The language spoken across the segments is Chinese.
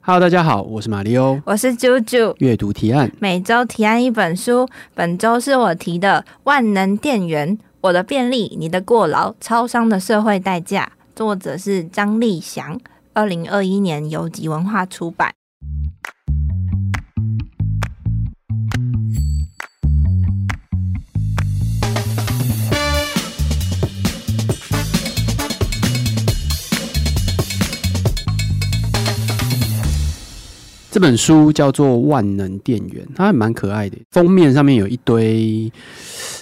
Hello，大家好，我是马里欧。我是啾啾，阅读提案，每周提案一本书，本周是我提的《万能电源》，我的便利，你的过劳，超商的社会代价，作者是张立祥，二零二一年由集文化出版。这本书叫做《万能电源》，它还蛮可爱的。封面上面有一堆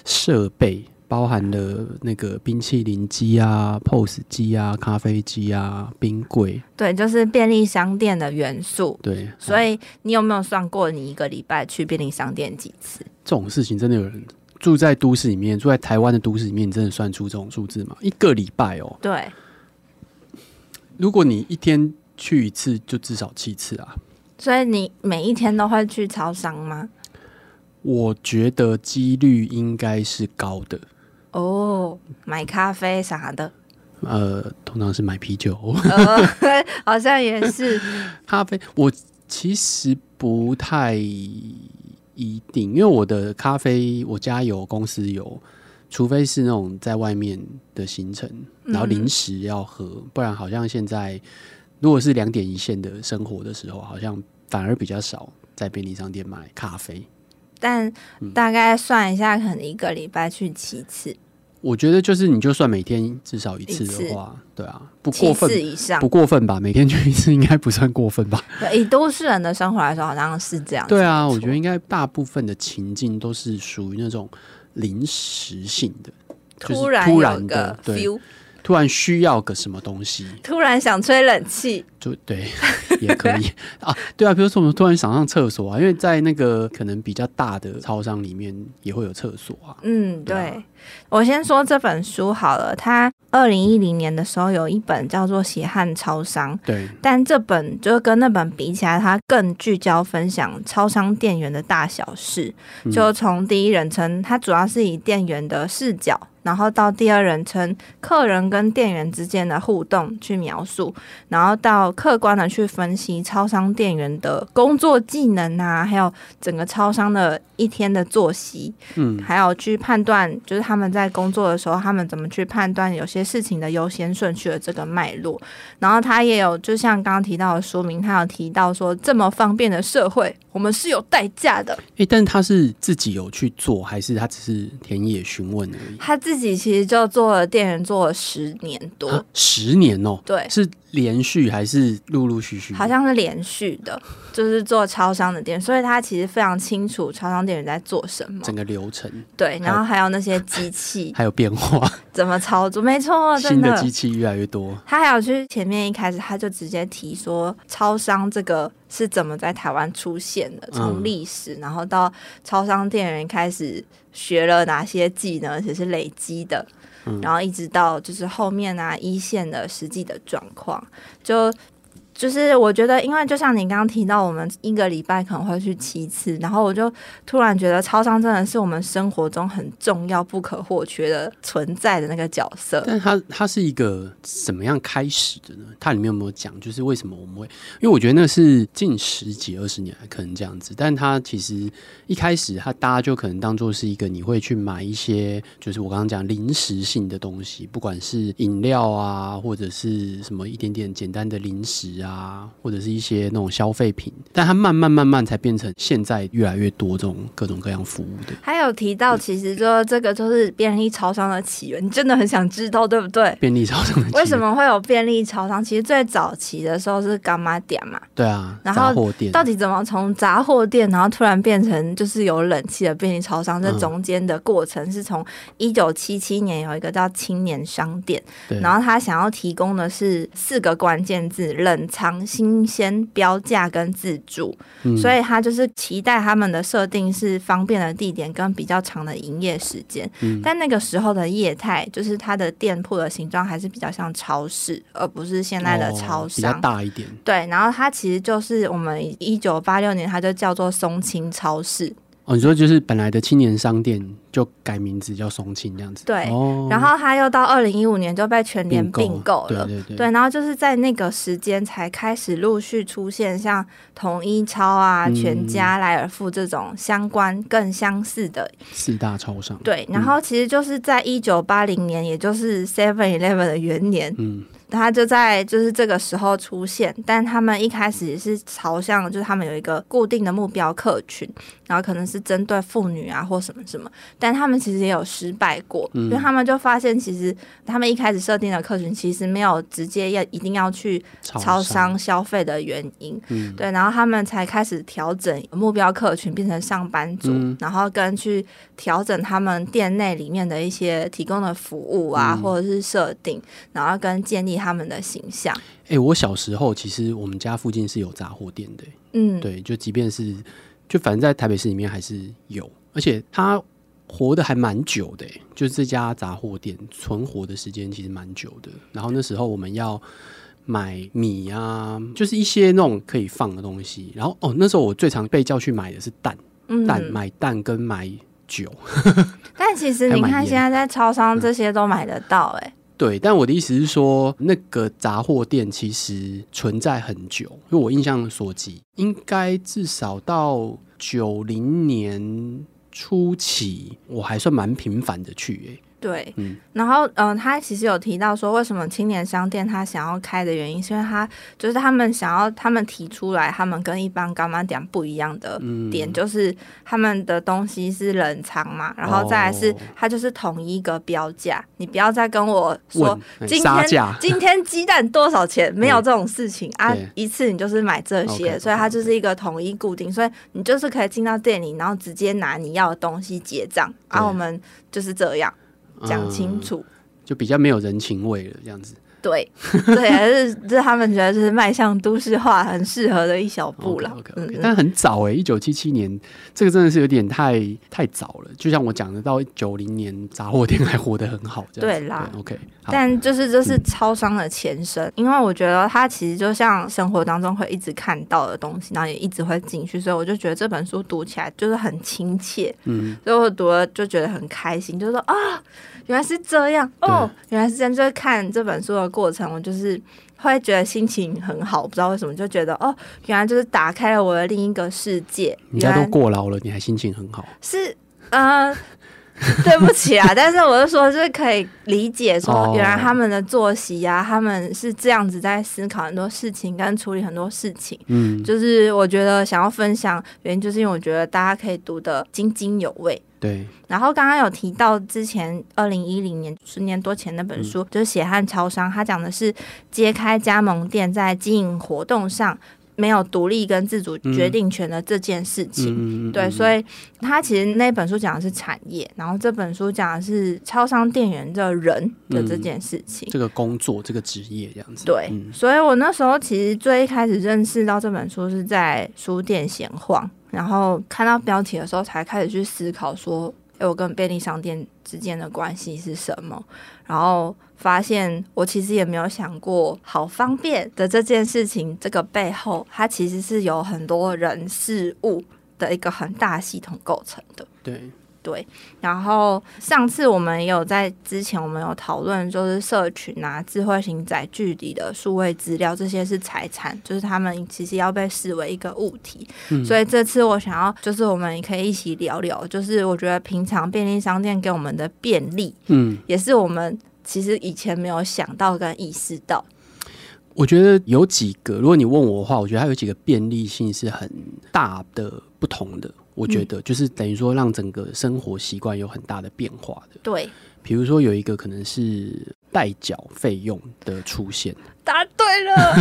设备，包含了那个冰淇淋机啊、POS 机啊、咖啡机啊、冰柜。对，就是便利商店的元素。对，所以以你有没有算过，你一个礼拜去便利商店几次？这种事情真的有人住在都市里面，住在台湾的都市里面，你真的算出这种数字吗？一个礼拜哦，对，如果你一天去一次，就至少七次啊。所以你每一天都会去超商吗？我觉得几率应该是高的。哦，买咖啡啥的，呃，通常是买啤酒、呃， 好像也是。咖啡。我其实不太一定，因为我的咖啡我家有，公司有，除非是那种在外面的行程，然嗯后临时要喝，不然好像现在如果是两点一线的生活的时候，好像反而比较少在便利商店买咖啡。但大概算一下，可能一个礼拜去七次，我觉得就是，你就算每天至少一次一的次话，对啊，不七过分，次以上不。过分吧？每天去一次应该不算过分吧？对以都市人的生活来说，好像是这样子。对啊，没错我觉得应该大部分的情境都是属于那种临时性的，就是突然突有然个的对 feel，突然需要个什么东西，突然想吹冷气，就对 也可以啊，对啊，比如说我们突然想上厕所啊，因为在那个可能比较大的超商里面也会有厕所啊，嗯，对啊对。我先说这本书好了，它二零一零年的时候有一本叫做《血汗超商》，对，但这本就跟那本比起来，它更聚焦分享超商店员的大小事，就从第一人称，它主要是以店员的视角，然后到第二人称，客人跟店员之间的互动去描述，然后到客观的去分析超商店员的工作技能啊，还有整个超商的一天的作息，嗯，还有去判断，就是他们在工作的时候，他们怎么去判断有些事情的优先顺序的这个脉络。然后他也有，就像刚刚提到的说明，他有提到说，这么方便的社会，我们是有代价的。诶，但他是自己有去做，还是他只是田野询问而已？啊他自己其实就做了店员，做了十年多，啊十年哦、对，是连续还是陆陆续续？好像是连续的，就是做超商的店，所以他其实非常清楚超商店员在做什么。整个流程对，然后还有那些机器还有变化，怎么操作，没错，新哦真的机器越来越多。他还有去前面一开始他就直接提说，超商这个是怎么在台湾出现的，从历史，然后到超商店员开始学了哪些技能，而且是累积的，然后一直到就是后面啊一线的实际的状况，就。就是我觉得，因为就像你刚刚提到，我们一个礼拜可能会去七次，然后我就突然觉得超商真的是我们生活中很重要、不可或缺的存在的那个角色。但它它是一个怎么样开始的呢？它里面有没有讲，就是为什么我们会？因为我觉得那是近十几二十年来可能这样子，但它其实一开始它大家就可能当做是一个你会去买一些，就是我刚刚讲临时性的东西，不管是饮料啊，或啊者是什么一点点简单的零食啊，或者是一些那种消费品，但它慢慢慢慢才变成现在越来越多这种各种各样服务的。还有提到，其实说这个就是便利超商的起源，你真的很想知道，对不对？便利超商的为企业什？么会有便利超商？其实最早期的时候是干妈点嘛，对啊，然杂后货店到底怎么从杂货店，然后突然变成就是有冷气的便利超商？这嗯中间的过程是从一九七七年有一个叫青年商店，对然后他想要提供的是四个关键字：冷藏、新鲜、标价跟自助。嗯所以他就是期待他们的设定是方便的地点跟比较长的营业时间。嗯但那个时候的业态，就是它的店铺的形状还是比较像超市，而不是现在的超哦、比商。较大一点。对，然后它其实就是我们一九八六年，它就叫做松青超市，哦，你说就是本来的青年商店就改名字叫松青这样子，对哦、啊然后它又到二零一五年就被全联并购了。对对对，然后就是在那个时间才开始陆续出现像统一超啊、嗯全家、莱尔富这种相关更相似的。四大超商，对，然嗯后其实就是在一九八零年，也就是 Seven Eleven 的元年，嗯，它就在就是这个时候出现，但他们一开始是朝向就是他们有一个固定的目标客群，然后可能是针对妇女啊或什么什么，但他们其实也有失败过，嗯因为他们就发现其实他们一开始设定的客群其实没有直接要一定要去超商商，消费的原因，嗯对，然后他们才开始调整目标客群，变成上班族，嗯然后跟去调整他们店内里面的一些提供的服务啊，嗯或者是设定，然后跟建立他们的形象。哎、我小时候其实我们家附近是有杂货店的、嗯，对，就即便是就反正在台北市里面还是有，而且它活得还蛮久的、欸，就是这家杂货店存活的时间其实蛮久的。然后那时候我们要买米啊，就是一些那种可以放的东西。然后哦，那时候我最常被叫去买的是蛋，蛋、嗯，买蛋跟买酒。但其实你看现在在超商嗯这些都买得到、欸，哎、对，但我的意思是说，那个杂货店其实存在很久，因为我印象所及，应该至少到九零年初期，我还算蛮频繁的去、欸。对，嗯然后嗯、呃他其实有提到说，为什么青年商店他想要开的原因，是因为他就是他们想要他们提出来，他们跟一般干妈店不一样的嗯点，就是他们的东西是冷藏嘛，然后再来是哦它就是统一个标价，你不要再跟我说问哎今杀天 价今天鸡蛋多少钱，没有这种事情啊对，一次你就是买这些， OK，OK，所以它就是一个统一固定，所以你就是可以进到店里，然后直接拿你要的东西结账，啊，对我们就是这样讲清楚。嗯就比较没有人情味了，这样子。对， 对，这这是他们觉得就是迈向都市化很适合的一小步了。 OK，, 嗯嗯哦但很早哎、欸，一九七七年，这个真的是有点太太早了。就像我讲的，到九零年杂货店还活得很好，这样子对啦 o k 好，嗯但就是这是超商的前身，因为我觉得它其实就像生活当中会一直看到的东西，然后也一直会进去，所以我就觉得这本书读起来就是很亲切，嗯，所以我读了就觉得很开心，就说啊，原来是这样哦，原来是这样。就是看这本书的过程，我就是会觉得心情很好，不知道为什么，就觉得哦，原来就是打开了我的另一个世界。你家原都来过劳了，你还心情很好。是，呃， 对不起啊，但是我就说，就是可以理解说哦，原来他们的作息啊，他们是这样子在思考很多事情，跟处理很多事情。嗯，就是我觉得想要分享原因，就是因为我觉得大家可以读的津津有味。对，然后刚刚有提到之前二零一零年十年多前那本嗯书，就是《血汗超商》，它讲的是揭开加盟店在经营活动上没有独立跟自主决定权的这件事情。嗯对，所以以他其实那本书讲的是产业，然后这本书讲的是超商店员的人的这件事情。这个工作这个职业嗯这样子。对，嗯所以我那时候其实最一开始认识到这本书是在书店闲晃，然后看到标题的时候才开始去思考说，诶，我跟便利商店之间的关系是什么？然后发现我其实也没有想过，好方便的这件事情，这个背后它其实是有很多人事物的一个很大系统构成的。对，对，然后上次我们也有在之前我们有讨论，就是社群啊、智慧型载具里的数位资料，这些是财产，就是他们其实要被视为一个物体。嗯所以这次我想要，就是我们也可以一起聊聊，就是我觉得平常便利商店给我们的便利，嗯，也是我们其实以前没有想到跟意识到。我觉得有几个，如果你问我的话，我觉得它有几个便利性是很大的不同的。我觉得就是等于说让整个生活习惯有很大的变化的。对，比如说有一个可能是代缴费用的出现，答对了，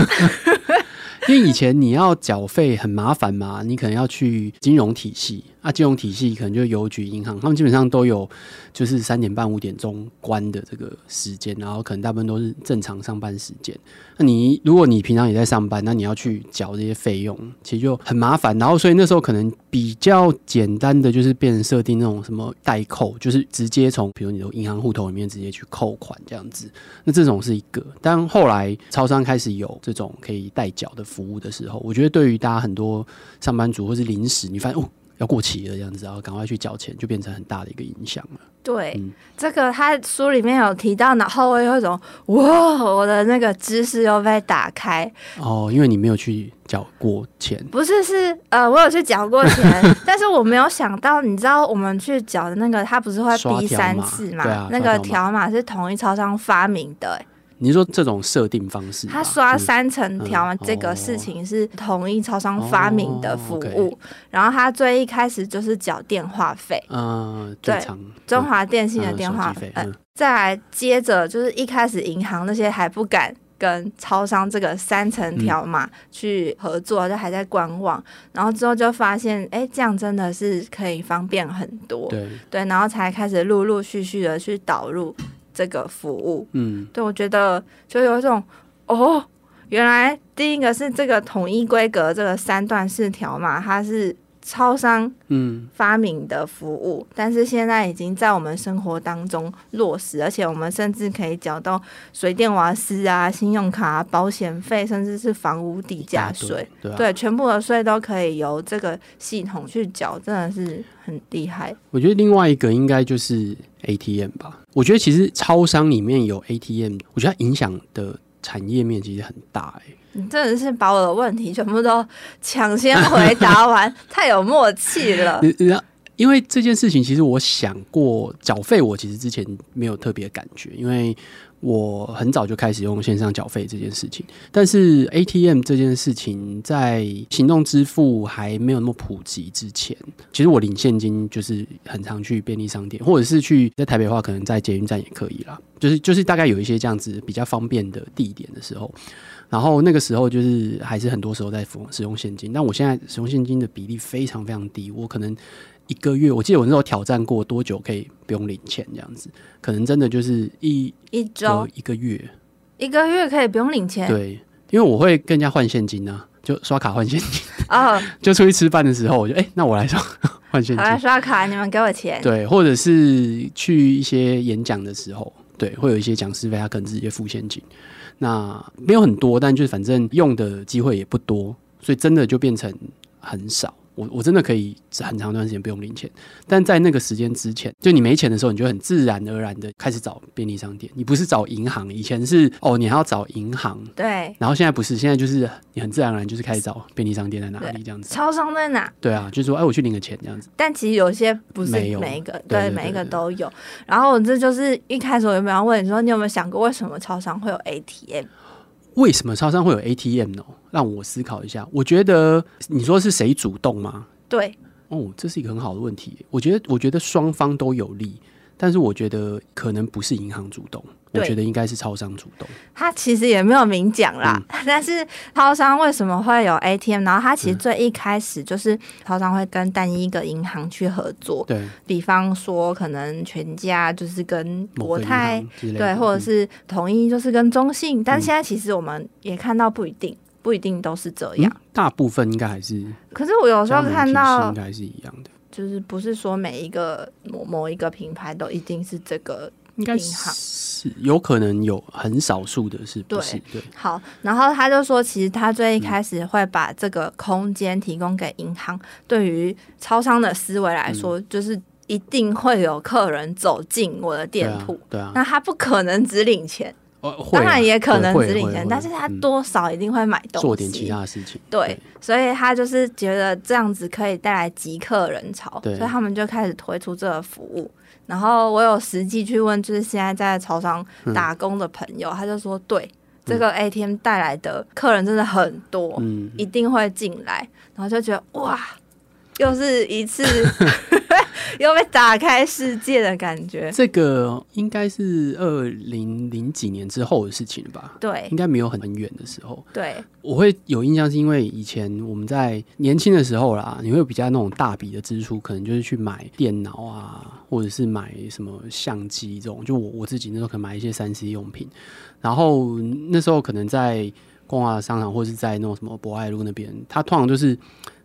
因为以前你要缴费很麻烦嘛，你可能要去金融体系啊，金融体系可能就邮局、银行，他们基本上都有就是三点半、五点钟关的这个时间，然后可能大部分都是正常上班时间。那你如果你平常也在上班，那你要去缴这些费用，其实就很麻烦。然后所以那时候可能比较简单的就是变成设定那种什么代扣，就是直接从比如你的银行户头里面直接去扣款这样子。那这种是一个，但后来超商开始有这种可以代缴的服务的时候，我觉得对于大家很多上班族或是临时，你发现哦，要过期了这样子，然后赶快去缴钱，就变成很大的一个影响了。对，嗯这个他书里面有提到，然后我有一种哇，我的那个知识又被打开，哦，因为你没有去缴过钱，不是是呃，我有去缴过 钱，但是我没有想到，你知道我们去缴的那个，它不是会刷逼条三码次对啊那刷个条条码是同一超商发明的、欸，你是说这种设定方式吧，他刷嗯三层条码、嗯这个事情是同一超商发明的服哦务， ，OK 然后他最一开始就是缴电话费，呃，对最长中华电嗯信的手电话机费，呃嗯再来接着就是一开始银行那些还不敢跟超商这个三层条码去合作，就还在观望，然后之后就发现，哎，这样真的是可以方便很多，对，对，然后才开始陆陆续续的去导入这个服务。嗯，对，我觉得就有一种哦，原来第一个是这个统一规格这个三段式条码，它是超商嗯，发明的服务，但是现在已经在我们生活当中落实，而且我们甚至可以缴到水电瓦斯啊、信用卡、啊、保险费，甚至是房屋地价一大堆税。，对啊对，全部的税都可以由这个系统去缴，真的是很厉害。我觉得另外一个应该就是 ATM 吧。我觉得其实超商里面有 ATM，我觉得它影响的产业面其实很大、欸。你真的是把我的问题全部都抢先回答完， 太有默契了。 你你呃因为这件事情，其实我想过缴费，我其实之前没有特别感觉，因为我很早就开始用线上缴费这件事情。但是 ATM 这件事情在行动支付还没有那么普及之前，其实我领现金就是很常去便利商店，或者是去在台北的话，可能在捷运站也可以啦。就是就是大概有一些这样子比较方便的地点的时候，然后那个时候就是还是很多时候在服使用现金，但我现在使用现金的比例非常非常低，我可能一个月，我记得我那时候挑战过多久可以不用领钱这样子，可能真的就是一一周一个月，一个月可以不用领钱对，因为我会跟人家换现金啊，就刷卡换现金， 哦，就出去吃饭的时候，我就哎、那我来 刷换现好来金，刷卡，你们给我钱。对，或者是去一些演讲的时候，对，会有一些讲师费，他可能直接付现金，那没有很多，但就是反正用的机会也不多，所以真的就变成很少。我我真的可以很长一段时间不用零钱，但在那个时间之前，就你没钱的时候，你就很自然而然的开始找便利商店，你不是找银行，以前是哦，你还要找银行，对，然后现在不是，现在就是你很自然而然就是开始找便利商店在哪里这样子。超商在哪？对啊，就说哎，我去领个钱这样子。但其实有些不是没有每一个，对对对每一个对都有。然后我这就是一开始我原本要问你说，你有没有想过为什么超商会有 ATM？为什么超商会有 ATM 呢？让我思考一下。我觉得你说是谁主动吗？对，哦，这是一个很好的问题。我觉得，我觉得双方都有利，但是我觉得可能不是银行主动，我对觉得应该是超商主动。他其实也没有明讲啦。 但是超商为什么会有 ATM？然后他其实嗯最一开始就是超商会跟单一个银行去合作，对，比方说可能全家就是跟某国个银泰行之类的，对，或者嗯是统一就是跟中信，但嗯现在其实我们也看到不一定，不一定都是这嗯样。大部分应该还是可是我有时加候盟看体到系应该是一样的，就是不是说每一个某某一个品牌都一定是这个应银该行。是有可能有很少数的是不对是？对，好，然后他就说，其实他最嗯一开始会把这个空间提供给银行，对于超商的思维嗯来说，就是一定会有客人走进我的店铺。对啊，对啊那他不可能只领钱，呃会啊当然也可能会只领会钱会，但是他嗯多少一定会买东西，做点其他的事情，对，所以他就是觉得这样子可以带来极客人潮，对所以他们就开始推出这个服务。然后我有实际去问，就是现在在超商嗯打工的朋友，他就说，对这个 ATM 带来的客人真的很多，嗯，一定会进来，然后就觉得哇，又是一次 又被打开世界的感觉。这个应该是二零零几年之后的事情了吧？对应该没有很很远的时候，对我会有印象，是因为以前我们在年轻的时候啦，你会有比较那种大笔的支出，可能就是去买电脑啊，或者是买什么相机这种。就我我自己那时候可能买一些三 C 用品，然后那时候可能在逛啊商场，或是在那种什么博爱路那边，它通常就是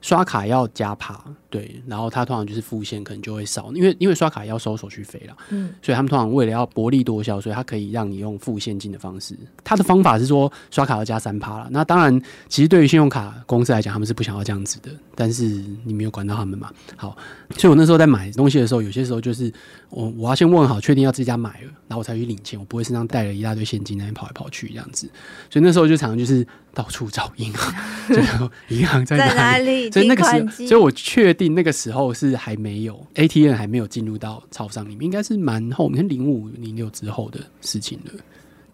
刷卡要加趴，对，然后它通常就是付现可能就会少，因为因为刷卡要收手续费啦，嗯，所以他们通常为了要薄利多销，所以它可以让你用付现金的方式。它的方法是说刷卡要加三趴啦。那当然，其实对于信用卡公司来讲，他们是不想要这样子的，但是你没有管到他们嘛。好，所以我那时候在买东西的时候，有些时候就是我我要先问好，确定要自己家买了，然后我才去领钱，我不会身上带了一大堆现金在那边跑来跑去这样子。所以那时候就常常就是到处找银行， 然后银行在在哪里哪？里？所以那提个时款候，机所以我确定那个时候是还没有 ATM 还没有进入到超商里面，应该是蛮后面零五零六之后的事情了。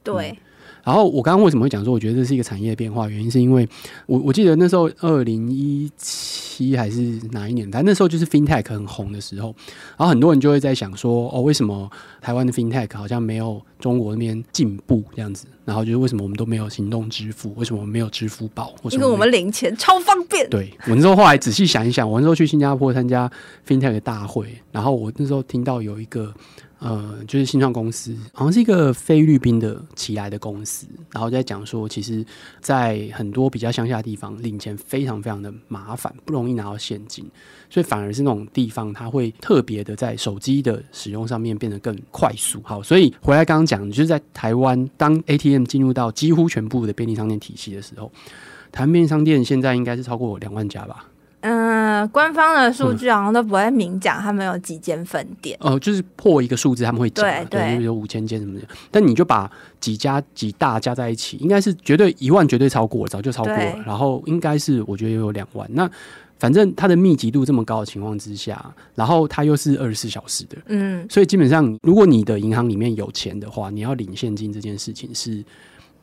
对，嗯然后我刚刚为什么会讲说，我觉得这是一个产业变化，原因是因为我我记得那时候二零一七还是哪一年，反正那时候就是 FinTech 很红的时候，然后很多人就会在想说，哦，为什么台湾的 FinTech 好像没有中国那边进步这样子？然后就是为什么我们都没有行动支付，为什么我们没有支付宝？为什因么为我们领钱超方便。对我那时候后来仔细想一想，我那时候去新加坡参加 FinTech 的大会，然后我那时候听到有一个呃，就是新创公司，好像是一个菲律宾的起来的公司，然后在讲说，其实，在很多比较乡下的地方，领钱非常非常的麻烦，不容易拿到现金，所以反而是那种地方，它会特别的在手机的使用上面变得更快速。好，所以回来刚刚讲，就是在台湾，当 ATM 进入到几乎全部的便利商店体系的时候。台湾便利商店现在应该是超过两万家吧？嗯，官方的数据好像都不会明讲他们有几间分店。呃，就是破一个数字他们会讲嘛，对对就是有五千间什么的。但你就把几家几大加在一起，应该是绝对一万，绝对超过了，早就超过了对。然后应该是我觉得有两万。那反正它的密集度这么高的情况之下，然后它又是二十四小时的，嗯，所以基本上如果你的银行里面有钱的话，你要领现金这件事情是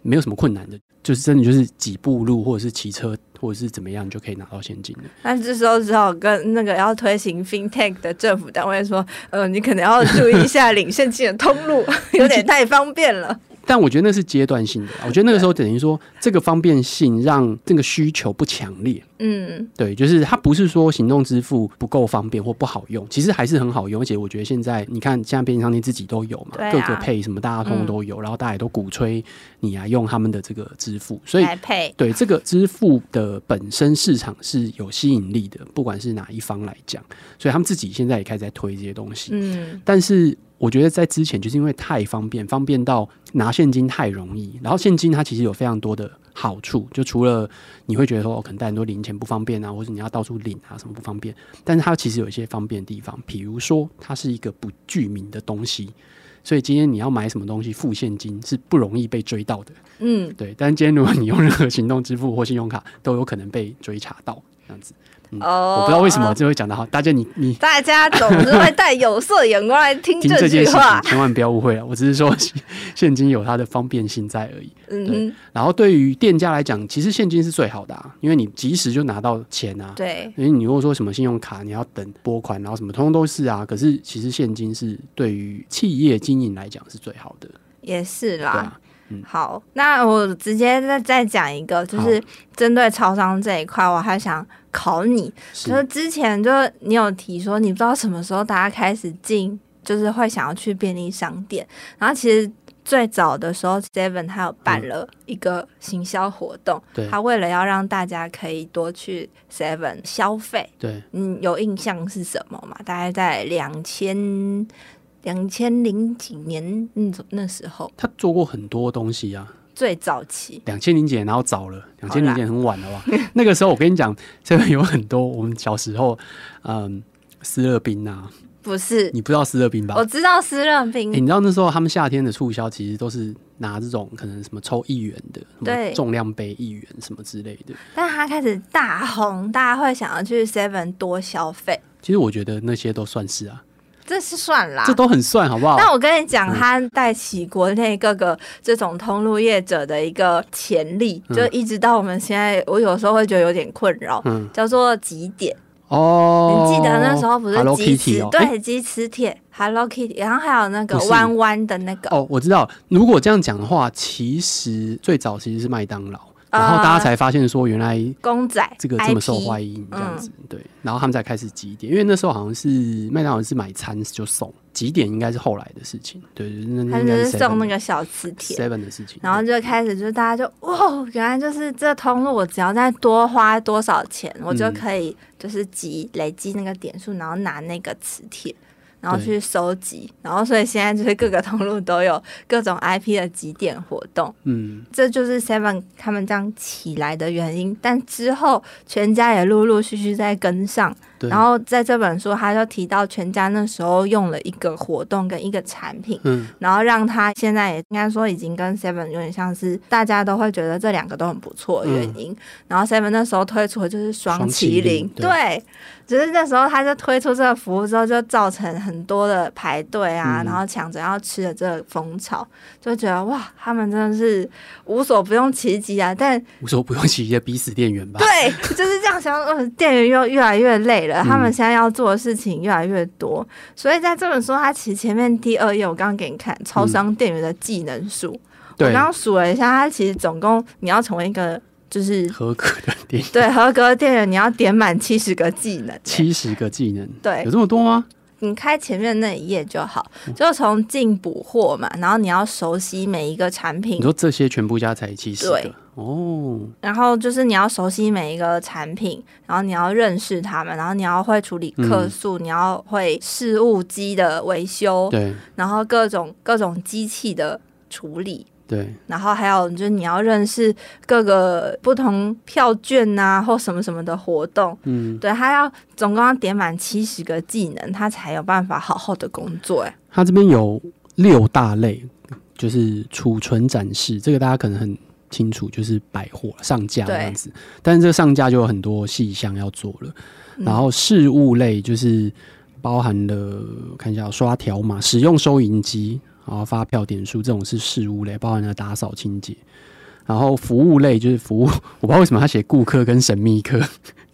没有什么困难的，就是真的就是几步路或者是骑车或者是怎么样，你就可以拿到现金了。那这时候只好跟那个要推行 FinTech 的政府单位说，呃，你可能要注意一下领现金的通 路，有点太方便了。但我觉得那是阶段性的，我觉得那个时候等于说这个方便性让这个需求不强烈。嗯，对，就是它不是说行动支付不够方便或不好用，其实还是很好用，而且我觉得现在你看，现在便利商店自己都有嘛，对啊各个配什么大家通通都有，然后大家也都鼓吹你啊用他们的这个支付，所以来配。对这个支付的本身市场是有吸引力的，不管是哪一方来讲，所以他们自己现在也开始在推这些东西。嗯，但是我觉得在之前就是因为太方便，方便到拿现金太容易，然后现金它其实有非常多的好处，就除了你会觉得说哦，可能带很多零钱不方便啊，或者你要到处领啊什么不方便，但是它其实有一些方便的地方，比如说它是一个不具名的东西。所以今天你要买什么东西付现金是不容易被追到的，嗯，对。但今天如果你用任何行动支付或信用卡，都有可能被追查到，这样子。嗯我哦，不知道为什么。这会讲的好，大家你你大家总是会带有色眼光来听听这句件事话情，。千万不要误会啊！我只是说 现金有它的方便性在而已。嗯然后对于店家来讲，其实现金是最好的啊，因为你及时就拿到钱啊哼，。对，因为你如果说什么信用卡，你要等拨款，然后什么通通都是啊。可是其实现金是对于企业经营来讲是最好的，也是对啦。啊。好，那我直接再再讲一个，就是针对超商这一块，我还想考你，是就是之前就是你有提说，你不知道什么时候大家开始进，就是会想要去便利商店，然后其实。最早的时候，Seven 他有办了一个行销活动，嗯对他为了要让大家可以多去 Seven 消费，对，嗯，有印象是什么嘛？大概在两千两千零几年，嗯，那时候他做过很多东西啊。最早期，两千零几年，然后早了，两好千零啦几年很晚了吧？那个时候我跟你讲，这边有很多我们小时候，嗯，斯乐冰啊，不是，你不知道斯乐冰吧？我知道湿热冰，欸你知道那时候他们夏天的促销其实都是拿这种可能什么抽一元的，什么对重量杯一元什么之类的。但它开始大红，大家会想要去 Seven 多消费，其实我觉得那些都算是啊，这是算啦这。都很算，好不好？但我跟你讲，嗯它带起国内各个这种通路业者的一个潜力，就一直到我们现在，我有时候会觉得有点困扰，嗯，叫做几点。哦，你记得那时候不是 Hello 鸡 Kitty 翅、哦？欸对鸡翅铁 Hello Kitty，然后还有那个不是弯弯的那个，哦，我知道。如果这样讲的话，其实最早其实是麦当劳，然后啊大家才发现说原来公仔这个这么受 IP 欢迎这嗯样子，对，然后他们才开始几点，因为那时候好像是麦当劳是买餐就送，几点应该是后来的事情，对，就是那他那就应该是是送那 seven 个小磁铁， seven 的事情，然后就开始就大家就哇，原来就是这通路，我只要再多花多少钱，我就嗯可以就是集累积那个点数，然后拿那个磁铁。然后对去收集，然后所以现在就是各个通路都有各种 IP 的集点活动，嗯，这就是 Seven 他们这样起来的原因。但之后全家也陆陆续续在跟上，对，然后在这本书他就提到全家那时候用了一个活动跟一个产品，嗯，然后让他现在也应该说已经跟 Seven 有点像是大家都会觉得这两个都很不错的原因。然后 Seven 那时候推出的就是嗯双麒麟，双麒对，只是那时候他就推出这个服务之后，就造成很多的排队啊，嗯然后抢着要吃的这个风潮，就觉得哇，他们真的是无所不用其极啊！但无所不用其极的逼死店员吧， 对，就是这样想。嗯，店员又越来越累了，他们嗯现在要做的事情越来越多，所以在这本书，它其实前面第二页我刚刚给你看超商店员的技能书，我对，刚刚数了一下，它其实总共你要成为一个就是合格的店员， 对合格的店员，你要点满七十个技能。七十个技能，对有这么多吗？你开前面那一页就好，嗯就从进补货嘛，然后你要熟悉每一个产品你说这些全部加起来七十对个，哦，然后就是你要熟悉每一个产品，然后你要认识他们，然后你要会处理嗯客诉，你要会事务机的维修，对然后各种各种机器的处理，对，然后还有就是你要认识各个不同票券呐、或什么什么的活动。嗯，对他要总共要点满七十个技能，他才有办法好好的工作。哎，它这边有六大类，就是储存展示，这个大家可能很清楚，就是百货上架对这样子。但是这个上架就有很多细项要做了。嗯然后事务类就是包含了我看一下哦刷条码、使用收银机，然后发票点数这种是事务类，包含了打扫清洁。然后服务类就是服务， 我不知道为什么他写顾客跟神秘客，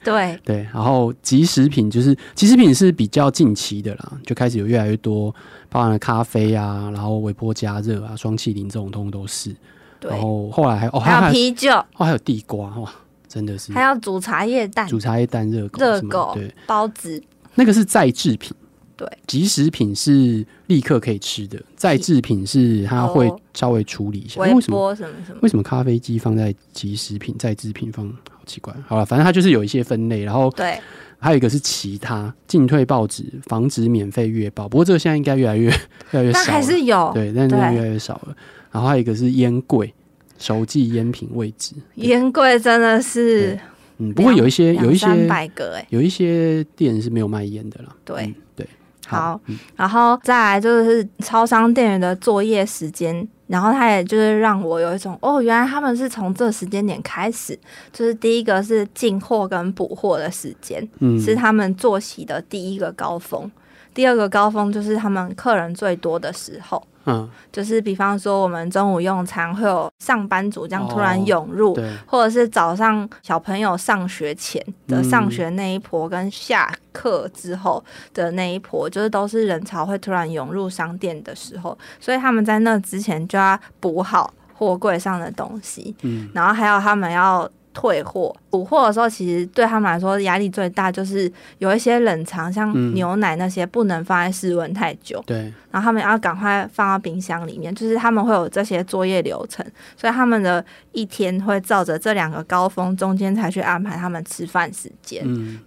对，对，然后即食品就是即食品是比较近期的啦，就开始有越来越多，包含了咖啡啊，然后微波加热啊、双气灵这种通通都是。对，然后后来还哦还还有还啤酒，哦还有嗯地瓜哇，真的是还有煮茶叶蛋、煮茶叶蛋热狗热什么的狗对，、包子，那个是再制品。对，即食品是立刻可以吃的，再制品是它会哦稍微处理一下。微为什么波什么什么。为什么咖啡机放在即食品，再制品放好奇怪？好了，反正它就是有一些分类，然后对，还有一个是其他进退报纸，防止免费月报。不过这个现在应该越来越 越来越但少还了，是有对，但是越对来越少了。然后还有一个是烟柜，熟记烟品位置。烟柜真的是嗯，不过有一些有两一三些百个哎、有一些店是没有卖烟的啦。对、嗯对，嗯好，然后再来就是超商店员的作业时间，然后他也就是让我有一种哦，原来他们是从这时间点开始，就是第一个是进货跟补货的时间，嗯，是他们作息的第一个高峰，第二个高峰就是他们客人最多的时候。嗯，就是比方说，我们中午用餐会有上班族这样突然哦涌入，对，或者是早上小朋友上学前的嗯上学那一波，跟下课之后的那一波，就是都是人潮会突然涌入商店的时候，所以他们在那之前就要补好货柜上的东西，嗯然后还有他们要。退货补货的时候，其实对他们来说压力最大，就是有一些冷藏，像嗯牛奶那些不能放在室温太久，对，然后他们要赶快放到冰箱里面，就是他们会有这些作业流程，所以他们的一天会照着这两个高峰中间才去安排他们吃饭时间。嗯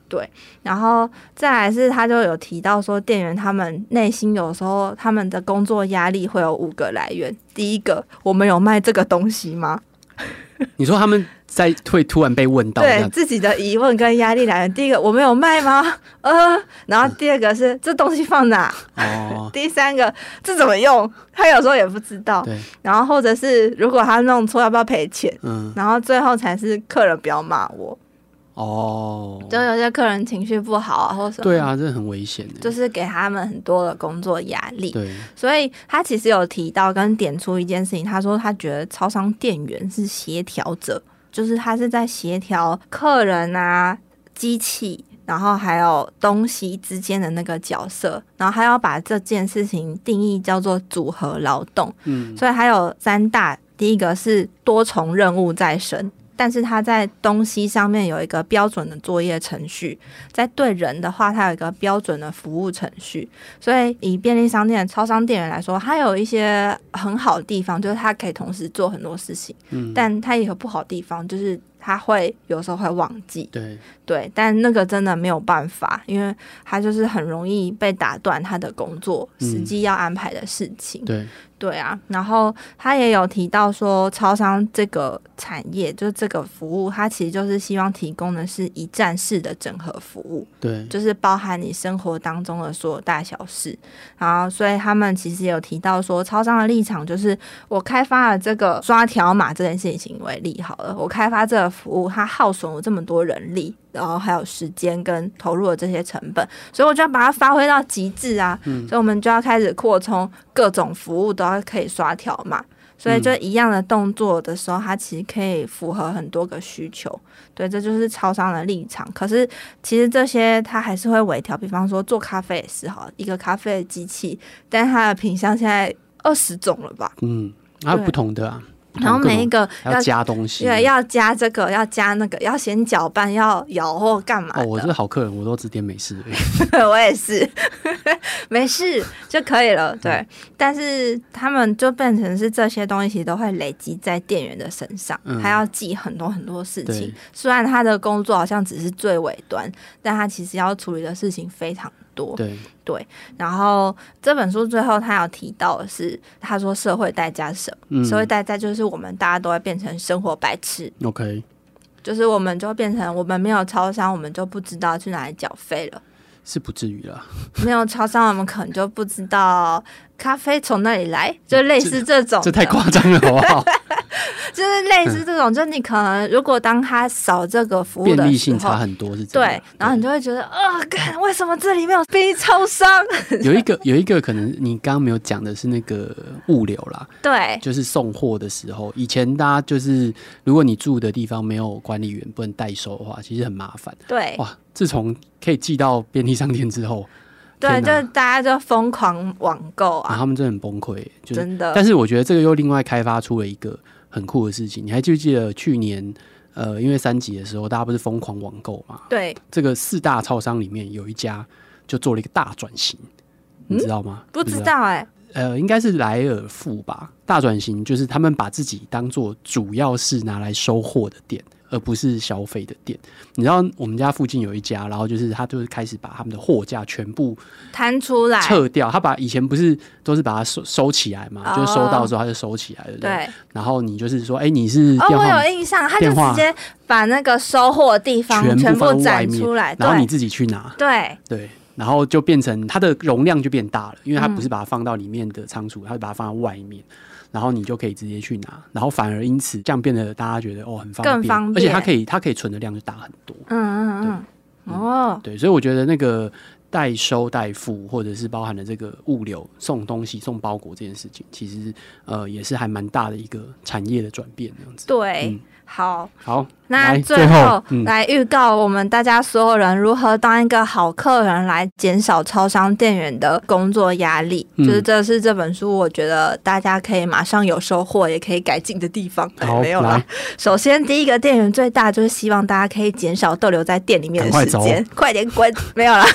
然后再来是，他就有提到说，店员他们内心有时候他们的工作压力会有五个来源。第一个，我们有卖这个东西吗？你说他们在会突然被问到这对样子，自己的疑问跟压力来源，第一个我们有卖吗？呃，然后第二个是这东西放哪？哦，第三个这怎么用？他有时候也不知道。对，然后或者是如果他弄错要不要赔钱，嗯，然后最后才是客人不要骂我，哦，就有些客人情绪不好啊或什么，对，啊，这很危险的，就是给他们很多的工作压力。对，所以他其实有提到跟点出一件事情，他说他觉得超商店员是协调者，就是他是在协调客人啊、机器。然后还有东西之间的那个角色，然后他要把这件事情定义叫做组合劳动，嗯所以还有三大，第一个是多重任务在身，但是它在东西上面有一个标准的作业程序，在对人的话，它有一个标准的服务程序。所以以便利商店、超商店员来说，它有一些很好的地方，就是它可以同时做很多事情，嗯但它也有不好的地方，就是它会有时候会忘记。对，对，但那个真的没有办法，因为他就是很容易被打断他的工作嗯实际要安排的事情。对，对啊，然后他也有提到说，超商这个产业就是这个服务，它其实就是希望提供的是一站式的整合服务，对，就是包含你生活当中的所有大小事。然后，所以他们其实也有提到说，超商的立场就是，我开发了这个刷条码这件事情为例好了，我开发这个服务，它耗损我这么多人力，然后还有时间跟投入的这些成本，所以我就要把它发挥到极致啊。嗯所以我们就要开始扩充各种服务都要可以刷条码。所以就一样的动作的时候，它其实可以符合很多个需求。对，这就是超商的立场。可是其实这些它还是会微调，比方说做咖啡也是哈，一个咖啡的机器，但是它的品相现在二十种了吧？嗯，还有对不同的啊，不然后同各种每一个还要要加东西，对啊要加这个，要加那个，要先搅拌，要摇或干嘛的。哦，我是好客人，我都只点美式而已。 我也是，没事就可以嗯了。对，但是他们就变成是这些东西其实都会累积在店员的身上，嗯他要记很多很多事情对。虽然他的工作好像只是最尾端，但他其实要处理的事情非常多。对，然后这本书最后他有提到的是，他说社会代价是什么？嗯社会代价就是我们大家都会变成生活白痴， ，OK，就是我们就变成我们没有超商，我们就不知道去哪里缴费了。是不至于啦。没有超商，我们可能就不知道咖啡从哪里来，就类似这种的这太夸张了，好不 好？就是类似这种，就是你可能如果当他扫这个服务便的利时性差候，很多是真的对， 然后你就会觉得，啊、干，为什么这里没有便利超商？有一个有一个可能你刚刚没有讲的是那个物流啦， 对，就是送货的时候，以前大家就是如果你住的地方没有管理员，不能代收的话，其实很麻烦。对，哇，自从可以寄到便利商店之后，对，天就哪大家就疯狂网购啊，啊，他们真的很崩溃，就是真的但，是我觉得这个又另外开发出了一个很酷的事情，你还记不记得去年呃，因为三级的时候，大家不是疯狂网购嘛？对，这个四大超商里面有一家就做了一个大转型，你知道吗？嗯不知。道哎、呃，应该是莱尔富吧。大转型就是他们把自己当做主要是拿来收货的店，而不是消费的店。你知道我们家附近有一家，然后就是他就是开始把他们的货架全部弹出来，撤掉，他把以前不是都是把它收收起来嘛，哦就是收到之后他就收起来了。对，然后你就是说，哎、你是哦，电我话，有印象，他就电话直接把那个收货的地方全全部部放外展面出来，然后你对，自己去拿，对，对，然后就变成它的容量就变大了，因为嗯它不是把它放到里面的仓储，它是把它放在外面。然后你就可以直接去拿，然后反而因此这样变得大家觉得哦很方便，更方而且便它可以它可以存的量就大很多，嗯嗯嗯，哦，对，所以我觉得那个代收代付，或者是包含了这个物流送东西、送包裹这件事情，其实呃也是还蛮大的一个产业的转变，这样子。对，嗯好，好，那来最后后，嗯，来预告我们大家所有人如何当一个好客人，来减少超商店员的工作压力。嗯就是这是这本书，我觉得大家可以马上有收获，也可以改进的地方。哎好没有啦来。首先，第一个店员最大就是希望大家可以减少逗留在店里面的时赶快间，快点滚，没有啦。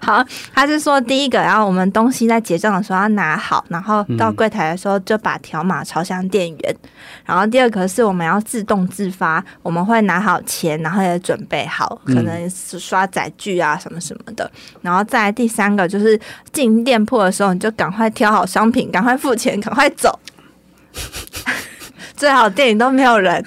好，他是说第一个，然后我们东西在结账的时候要拿好，然后到柜台的时候就把条码朝向店员。然后第二个是我们要自动自发，我们会拿好钱，然后也准备好，嗯可能是刷载具啊什么什么的。然后再来第三个就是进店铺的时候，你就赶快挑好商品，赶快付钱，赶快走。 最好店里都没有人，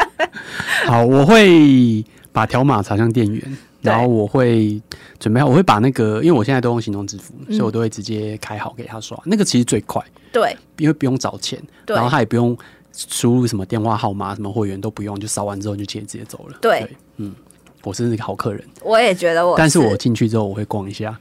好，我会把条码朝向店员，对然后我会准备好，我会把那个，因为我现在都用行动支付，所嗯以我都会直接开好给他刷，那个其实最快，对因为不用找钱，对然后他也不用输入什么电话号码、什么会员都不用，就扫完之后就直接直接走了。对嗯，我真是个好客人。我也觉得我，但是我进去之后我会逛一下。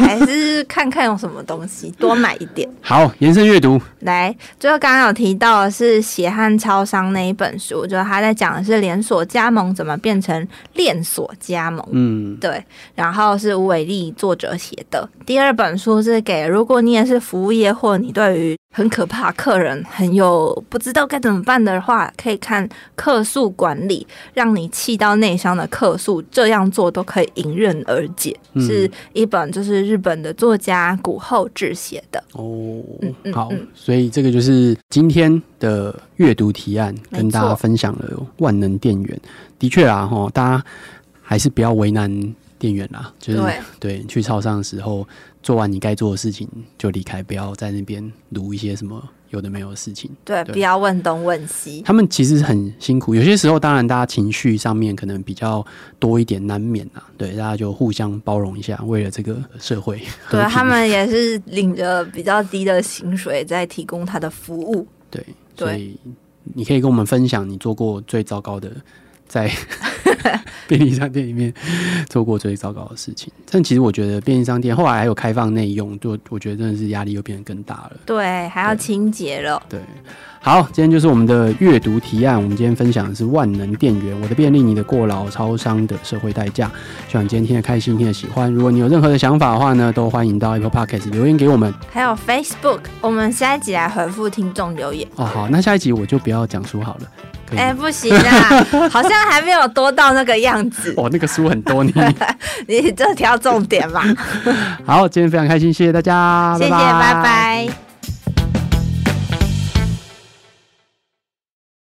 还是看看有什么东西，多买一点。好，延伸阅读，来，最后刚刚有提到的是《血汗超商》那一本书，就是他在讲的是连锁加盟怎么变成链锁加盟。嗯，对，然后是吴伟丽作者写的。第二本书是给如果你也是服务业，或你对于很可怕的客人很有不知道该怎么办的话，可以看《客诉管理》，让你气到内伤的客诉，这样做都可以迎刃而解。嗯是一本就是日本的作家谷厚志写的。哦，嗯嗯好嗯，所以这个就是今天的阅读提案，没跟大家错分享了万能店员。的确啊，哈，大家还是不要为难店员啦，就是对对去超商的时候做完你该做的事情就离开，不要在那边撸一些什么有的没有的事情。对，对不要问东问西。他们其实很辛苦，有些时候当然大家情绪上面可能比较多一点，难免啊。对，大家就互相包容一下，为了这个社会和对平他们也是领着比较低的薪水在提供他的服务。对，对所以你可以跟我们分享你做过最糟糕的 在便利商店里面做过最糟糕的事情。但其实我觉得便利商店后来还有开放内用，就我觉得真的是压力又变得更大了。对，还要对清洁了。对，好，今天就是我们的阅读提案。我们今天分享的是万能电源，我的便利，你的过劳，超商的社会代价。希望你今天听得开心，听得喜欢。如果你有任何的想法的话呢，都欢迎到 Apple Podcast 留言给我们。还有 Facebook，我们下一集来回复听众留言。哦，好，那下一集我就不要讲书好了，可以吗哎、不行 啊，好像还没有多到那个样子。哦，那个书很多，你你这挑重点嘛？好，今天非常开心，谢谢大家，谢谢，拜拜